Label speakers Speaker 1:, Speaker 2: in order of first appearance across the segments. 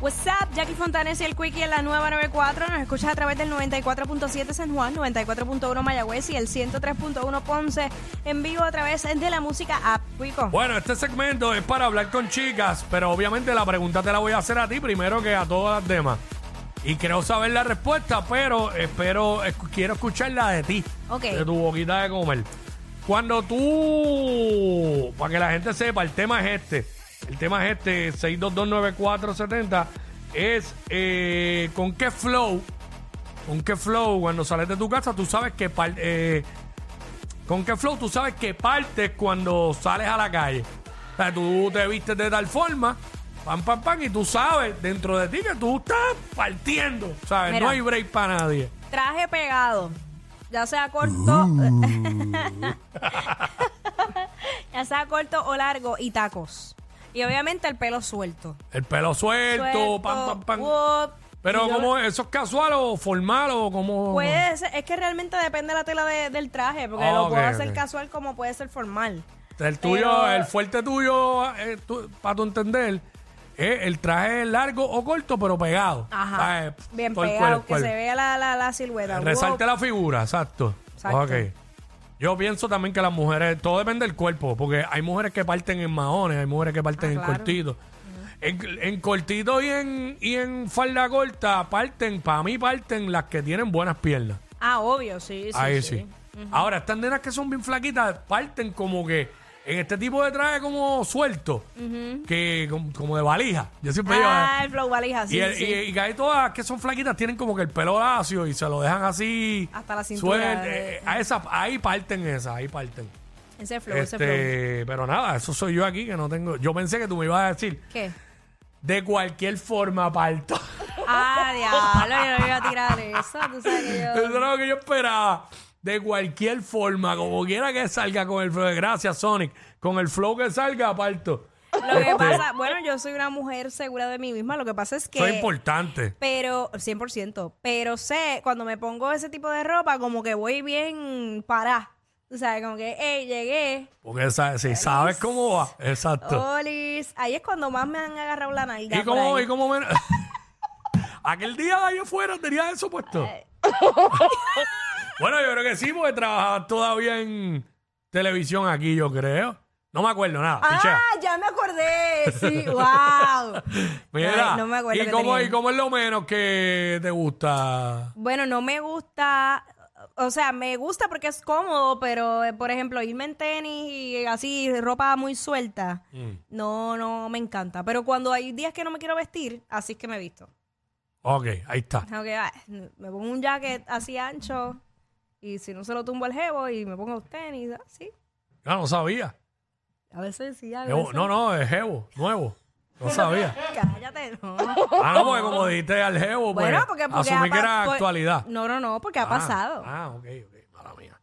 Speaker 1: What's up, Jackie Fontanes y el Quickie en la nueva 94. Nos escuchas a través del 94.7 San Juan, 94.1 Mayagüez y el 103.1 Ponce en vivo a través de la música app. Quico.
Speaker 2: Bueno, este segmento es para hablar con chicas, pero obviamente la pregunta te la voy a hacer a ti primero que a todas las demás. Y creo saber la respuesta, pero espero, escu- quiero escucharla de ti.
Speaker 1: Ok.
Speaker 2: De tu boquita de comer. Cuando tú, para que la gente sepa, el tema es este. El tema es este, 6229470, es eh, con qué flow, con qué flow, cuando sales de tu casa, tú sabes que... par- eh, ¿Con qué flow tú sabes que partes cuando sales a la calle? O sea, tú te vistes de tal forma, pam, pam, pam, y tú sabes dentro de ti que tú estás partiendo, ¿sabes?
Speaker 1: Mira.
Speaker 2: No hay break para nadie.
Speaker 1: Traje pegado. Ya sea corto. ya sea corto o largo y tacos. Y obviamente el pelo suelto.
Speaker 2: El pelo suelto,
Speaker 1: Suelto,
Speaker 2: pam, pam, pam.
Speaker 1: wop.
Speaker 2: Pero
Speaker 1: Y yo-
Speaker 2: como eso es casual o formal o como...
Speaker 1: Puede ser, es que realmente depende de la tela de- del traje, porque
Speaker 2: Ah,
Speaker 1: lo
Speaker 2: ok,
Speaker 1: puedo hacer
Speaker 2: ok.
Speaker 1: casual como puede ser formal.
Speaker 2: El tuyo,
Speaker 1: Pero-
Speaker 2: el fuerte tuyo, eh, tú- para tu entender, es el traje largo o corto, pero pegado.
Speaker 1: Ajá.
Speaker 2: ¿sabes?
Speaker 1: Bien
Speaker 2: Todo el
Speaker 1: pegado,
Speaker 2: cuerpo,
Speaker 1: que
Speaker 2: el-
Speaker 1: se vea la, la, la silueta.
Speaker 2: Resalte
Speaker 1: Wow.
Speaker 2: Eh, la figura, exacto.
Speaker 1: Exacto.
Speaker 2: Ok. Yo pienso también que las mujeres, todo depende del cuerpo, porque hay mujeres que parten en mahones, hay mujeres que parten
Speaker 1: Ah,
Speaker 2: en
Speaker 1: claro.
Speaker 2: cortito. En, en cortito y en, y en falda corta parten, para mí parten las que tienen buenas piernas.
Speaker 1: Ah, obvio, sí, sí.
Speaker 2: Ahí sí. Ahora, estas nenas que son bien flaquitas parten como que en este tipo de traje como suelto, que como, como de valija. Yo siempre digo,
Speaker 1: Ah, el flow valija, sí,
Speaker 2: eh. y, el-
Speaker 1: sí.
Speaker 2: y- y casi todas que son flaquitas tienen como que el pelo lacio y se lo dejan así.
Speaker 1: Hasta la cintura,
Speaker 2: suel-
Speaker 1: eh,
Speaker 2: eh, a esa, ahí parten esas, ahí parten.
Speaker 1: ese flow, ese flow.
Speaker 2: Este, pero nada, eso soy yo aquí que no tengo. Yo pensé que tú me ibas a decir,
Speaker 1: ¿Qué?
Speaker 2: de cualquier forma parto.
Speaker 1: Ah, diablo, yo no iba a tirar eso, tú sabes que yo...
Speaker 2: eso era lo que yo esperaba. De cualquier forma, como quiera que salga con el flow. Gracias, Sonic. Con el flow que salga, parto.
Speaker 1: Lo que
Speaker 2: Este,
Speaker 1: pasa, bueno, yo soy una mujer segura de mí misma, lo que pasa es que...
Speaker 2: Eso es importante.
Speaker 1: Pero, 100%, pero sé, cuando me pongo ese tipo de ropa, como que voy bien pará. Tú sabes, como que, hey, llegué,
Speaker 2: Porque sa- si sabes cómo va. Exacto.
Speaker 1: Oh, olis. Ahí es cuando más me han agarrado la nalga.
Speaker 2: ¿Y
Speaker 1: por
Speaker 2: cómo,
Speaker 1: ahí.
Speaker 2: ¿Y cómo me- Aquel día allá afuera tenía eso puesto.
Speaker 1: Eh.
Speaker 2: bueno, yo creo que sí, porque trabajaba todavía en televisión aquí, yo creo. No me acuerdo nada, pichea.
Speaker 1: Ah, ya me acordé, sí, wow.
Speaker 2: Mira,
Speaker 1: Ay, no me acuerdo
Speaker 2: ¿y,
Speaker 1: que
Speaker 2: cómo,
Speaker 1: tenía.
Speaker 2: ¿y cómo es lo menos que te gusta?
Speaker 1: Bueno, no me gusta. O sea, me gusta porque es cómodo, pero eh, por ejemplo, irme en tenis y así, ropa muy suelta,
Speaker 2: Mm.
Speaker 1: no, no me encanta. Pero cuando hay días que no me quiero vestir, así es que me visto.
Speaker 2: Ok, ahí está.
Speaker 1: Como que, ah, me pongo un jacket así ancho y si no se lo tumbo al jevo y me pongo tenis, así.
Speaker 2: Yo no sabía.
Speaker 1: A veces sí, a veces.
Speaker 2: Evo- Eh, oh, no, no, es Evo, nuevo. No sabía.
Speaker 1: Cállate, no.
Speaker 2: Ah, no, porque como dijiste al Evo, pues,
Speaker 1: Bueno, porque, porque pues,
Speaker 2: asumí
Speaker 1: ha
Speaker 2: que
Speaker 1: pa-
Speaker 2: era
Speaker 1: por-
Speaker 2: actualidad.
Speaker 1: No, no, no, porque ha pasado.
Speaker 2: Ah, ok, ok. Mala mía.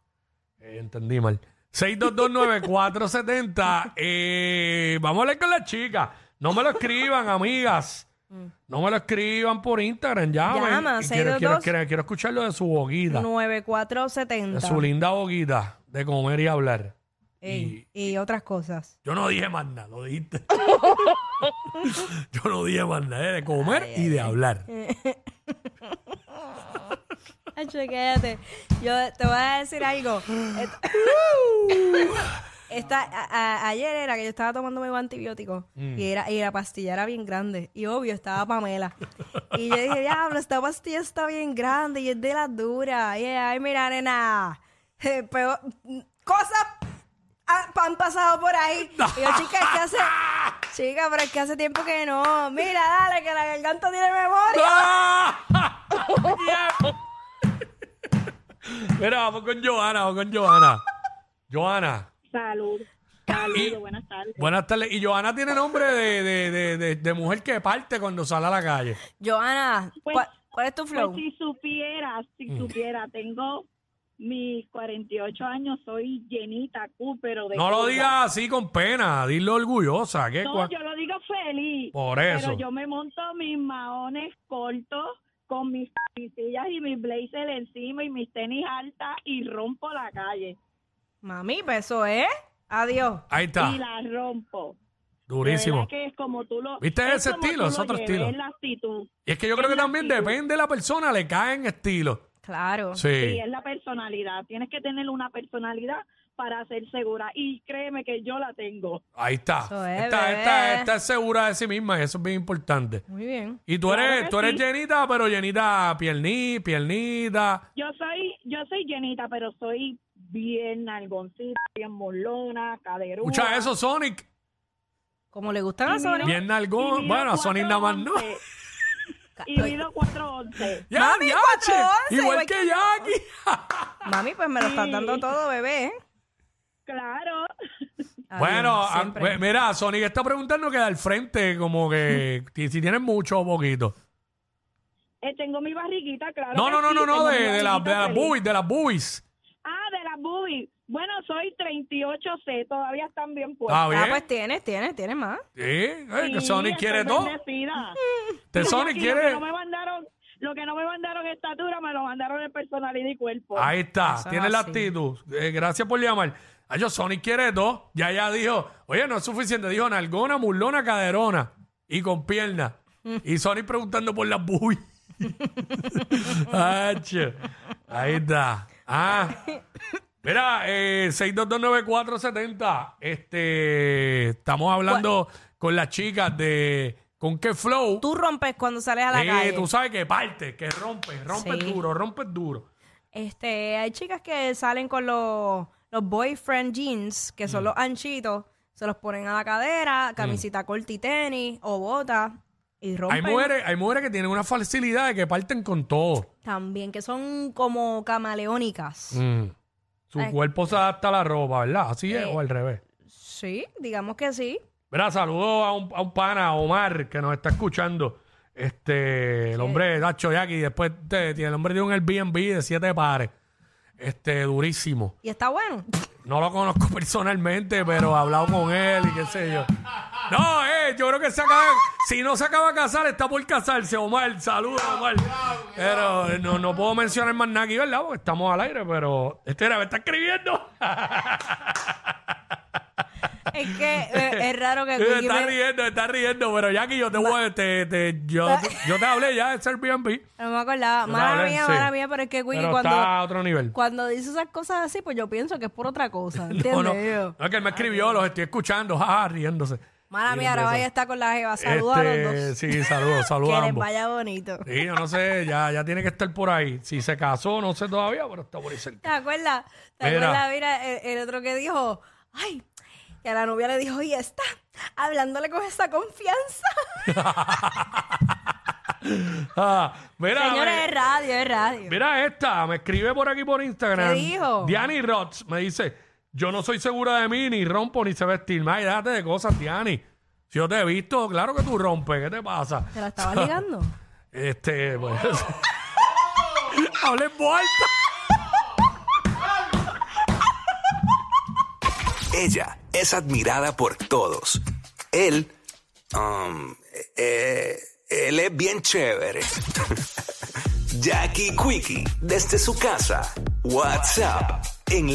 Speaker 2: Eh, entendí mal. 6229470. eh, vamos a hablar con las chicas. No me lo escriban, amigas. No me lo escriban por Instagram. Llamen.
Speaker 1: Llama,
Speaker 2: Y quiero, quiero,
Speaker 1: 622.
Speaker 2: quiero, quiero escucharlo de su boguita.
Speaker 1: 9470.
Speaker 2: De su linda boguita. De comer y hablar.
Speaker 1: Ey, y otras cosas.
Speaker 2: Yo no dije más nada, lo dijiste. Yo no dije más nada. eh, De comer y de hablar.
Speaker 1: Ay, che, cállate. Yo te voy a decir algo. Esta- Esta, a- a- ayer era que yo estaba tomando mi antibiótico y, era, y la pastilla era bien grande. Y obvio, estaba Pamela. Y yo dije, diablo, esta pastilla está bien grande y es de la dura. Y ella, ay, mira, nena. eh, peor- cosas ah, han pasado por ahí. Y yo, chica, es que hace. Chica, pero es que hace tiempo que no. Mira, dale, que la garganta tiene memoria.
Speaker 2: ¡Ah! Mira, vamos con Joana, vamos con Joana. Joana.
Speaker 3: Salud.
Speaker 2: Y-
Speaker 3: Saludos, buenas tardes.
Speaker 2: Buenas tardes. Y Joana tiene nombre de, de- de- de- de mujer que parte cuando sale a la calle.
Speaker 1: Joana,
Speaker 3: Pues-
Speaker 1: ¿cuál, cuál es tu
Speaker 3: Pues
Speaker 1: flow?
Speaker 3: si supiera,
Speaker 2: Mm.
Speaker 3: si supiera, tengo mis 48 años, soy llenita, Q, pero de...
Speaker 2: No lo
Speaker 3: Cuba.
Speaker 2: digas así con pena, dilo orgullosa. ¿qué?
Speaker 3: Pues No,
Speaker 2: cua-
Speaker 3: yo lo digo feliz.
Speaker 2: Por eso.
Speaker 3: Pero yo me monto mis maones cortos con mis camisillas y mis blazers encima y mis tenis altas y rompo la calle.
Speaker 1: Mami, pues eso es. Adiós.
Speaker 2: Ahí está.
Speaker 3: Y la rompo.
Speaker 2: Durísimo.
Speaker 3: De verdad que es como tú lo.
Speaker 2: ¿Viste ese
Speaker 3: como
Speaker 2: estilo?
Speaker 3: tú
Speaker 2: Es
Speaker 3: lo
Speaker 2: otro
Speaker 3: lleves,
Speaker 2: estilo.
Speaker 3: Es la actitud.
Speaker 2: Y es que yo creo que
Speaker 3: es la
Speaker 2: también
Speaker 3: actitud.
Speaker 2: depende de la persona, le caen estilos.
Speaker 1: Claro.
Speaker 2: Sí.
Speaker 3: Sí, es la personalidad. Tienes que tener una personalidad para ser segura. Y créeme que yo la tengo.
Speaker 2: Ahí está.
Speaker 1: Eso es,
Speaker 2: está,
Speaker 1: bebé.
Speaker 2: está, está segura de sí misma, eso es bien importante.
Speaker 1: Muy bien.
Speaker 2: Y tú
Speaker 3: Claro
Speaker 2: eres,
Speaker 3: que
Speaker 2: tú eres
Speaker 3: sí.
Speaker 2: llenita, pero llenita piernita, piernita.
Speaker 3: Yo soy, yo soy llenita, pero soy bien nalgoncita, bien molona, caderona.
Speaker 2: Escucha eso, Sonic.
Speaker 1: Como le gustan a
Speaker 3: Y
Speaker 1: Sony.
Speaker 2: Bien nalgón. Bueno, a Sonic nada más no.
Speaker 3: Y
Speaker 1: pues,
Speaker 3: mido 411.
Speaker 2: Ya,
Speaker 1: Mami,
Speaker 2: diache,
Speaker 1: 411,
Speaker 2: Igual
Speaker 1: igual
Speaker 2: que
Speaker 1: que-
Speaker 2: Jackie.
Speaker 1: Mami, pues me lo estás dando todo, bebé. ¿eh?
Speaker 3: Claro.
Speaker 1: Adiós,
Speaker 2: Bueno, ah, pues, a-
Speaker 1: siempre.
Speaker 2: ve- mira, Sonic está preguntando que al frente, como que si si tienes mucho o poquito.
Speaker 3: Eh, tengo mi barriguita, claro.
Speaker 2: No,
Speaker 3: que
Speaker 2: no, no,
Speaker 3: sí,
Speaker 2: no, no,
Speaker 3: tengo
Speaker 2: de,
Speaker 3: mi
Speaker 2: de la- de
Speaker 3: barriguita
Speaker 2: las
Speaker 3: feliz.
Speaker 2: boobies, de las boobies.
Speaker 3: Ah, de las boobies. Bueno, soy 38C, todavía están bien
Speaker 2: Está
Speaker 3: puestas.
Speaker 1: Ah,
Speaker 2: bien.
Speaker 1: pues tienes, tienes, tienes más.
Speaker 2: Sí, eh, que
Speaker 3: Sí,
Speaker 2: Sonic
Speaker 3: estoy
Speaker 2: quiere todo.
Speaker 3: bendecida.
Speaker 2: Te Sonic
Speaker 3: Aquí Lo que
Speaker 2: quiere.
Speaker 3: no me mandaron, lo que no me mandaron estatura, me lo mandaron en personalidad y cuerpo.
Speaker 2: Ahí está,
Speaker 1: Eso es
Speaker 2: tiene la
Speaker 1: así.
Speaker 2: actitud. Eh, gracias por llamar. Ay, yo, Sonic quiere dos. Ya ya dijo, oye, no es suficiente. Dijo nalgona, mulona, caderona y con pierna. Y Sonic preguntando por las boobies. Hacho. Ahí está. Ah. Mira, eh, 6229470. Este, estamos hablando con las chicas de con qué flow.
Speaker 1: Tú rompes cuando sales a la
Speaker 2: Eh,
Speaker 1: calle.
Speaker 2: tú sabes que parte, que rompe, rompe
Speaker 1: Sí.
Speaker 2: duro, rompe duro.
Speaker 1: Este, hay chicas que salen con los, los boyfriend jeans, que
Speaker 2: Mm.
Speaker 1: son los anchitos, se los ponen a la cadera, camisita corta y tenis, o bota, y rompen.
Speaker 2: Hay mujeres, hay mujeres que tienen una facilidad de que parten con todo.
Speaker 1: También, que son como
Speaker 2: Mm.
Speaker 1: camaleónicas.
Speaker 2: Su
Speaker 1: Ay.
Speaker 2: cuerpo se adapta a la ropa, ¿verdad? Así es,
Speaker 1: Eh.
Speaker 2: o al revés.
Speaker 1: Sí, digamos que sí.
Speaker 2: Verá, saludo a un, a un pana, Omar, que nos está escuchando. Este, el hombre, Nacho Jackie, después te- tiene- el hombre tiene un Airbnb de siete pares. Este, durísimo.
Speaker 1: Y está bueno.
Speaker 2: No lo conozco personalmente, pero he hablado con él y qué sé yo. No, eh, yo creo que se acaba. Si no se acaba de casar, está por casarse, Omar. Saludos, Omar. Pero eh, no, no puedo mencionar más nada aquí, ¿verdad? Porque estamos al aire, pero. Este era, me está escribiendo.
Speaker 1: es que eh, es raro que
Speaker 2: Me
Speaker 1: Quickie
Speaker 2: está
Speaker 1: me-
Speaker 2: riendo, me está riendo. Pero Jackie, yo te voy a- te, te- yo, yo te hablé ya de ser Airbnb.
Speaker 1: No me acordaba.
Speaker 2: Yo te
Speaker 1: Mala
Speaker 2: hablé,
Speaker 1: mía,
Speaker 2: sí.
Speaker 1: mala mía, pero es que Quickie
Speaker 2: Pero
Speaker 1: cuando,
Speaker 2: está a otro nivel.
Speaker 1: cuando dice esas cosas así, pues yo pienso que es por otra cosa. ¿Entiendes?
Speaker 2: No, no,
Speaker 1: Yo,
Speaker 2: no, es que él me escribió, los estoy escuchando, jaja, riéndose.
Speaker 1: Mala
Speaker 2: Y
Speaker 1: mía, ahora
Speaker 2: empezó.
Speaker 1: vaya a estar con la jeva. Saludos a los
Speaker 2: Este,
Speaker 1: dos.
Speaker 2: Sí, saludos, saludos
Speaker 1: que
Speaker 2: a
Speaker 1: les
Speaker 2: ambos. Eh,
Speaker 1: vaya bonito.
Speaker 2: Sí, yo no sé, ya, ya tiene que estar por ahí. Si se casó, no sé todavía, pero está por ahí cerca.
Speaker 1: ¿Te acuerdas? ¿Te
Speaker 2: Mira.
Speaker 1: acuerdas? Mira, el, el otro que dijo, ay, que a la novia le dijo, y está hablándole con esa confianza.
Speaker 2: Ah, mira,
Speaker 1: Señores,
Speaker 2: me-
Speaker 1: es radio, es radio.
Speaker 2: mira esta, me escribe por aquí por Instagram.
Speaker 1: ¿Qué dijo?
Speaker 2: Diani Rots me dice, yo no soy segura de mí, ni rompo, ni sé vestirme. Ay, déjate de cosas, Diani. Si yo te he visto, claro que tú rompes, ¿qué te pasa?
Speaker 1: ¿Te la estaba ligando?
Speaker 2: Este, pues... Hablen vuelta.
Speaker 4: Ella es admirada por todos. Él, um, eh, él es bien chévere. Jackie Quickie, desde su casa. WhatsApp, en la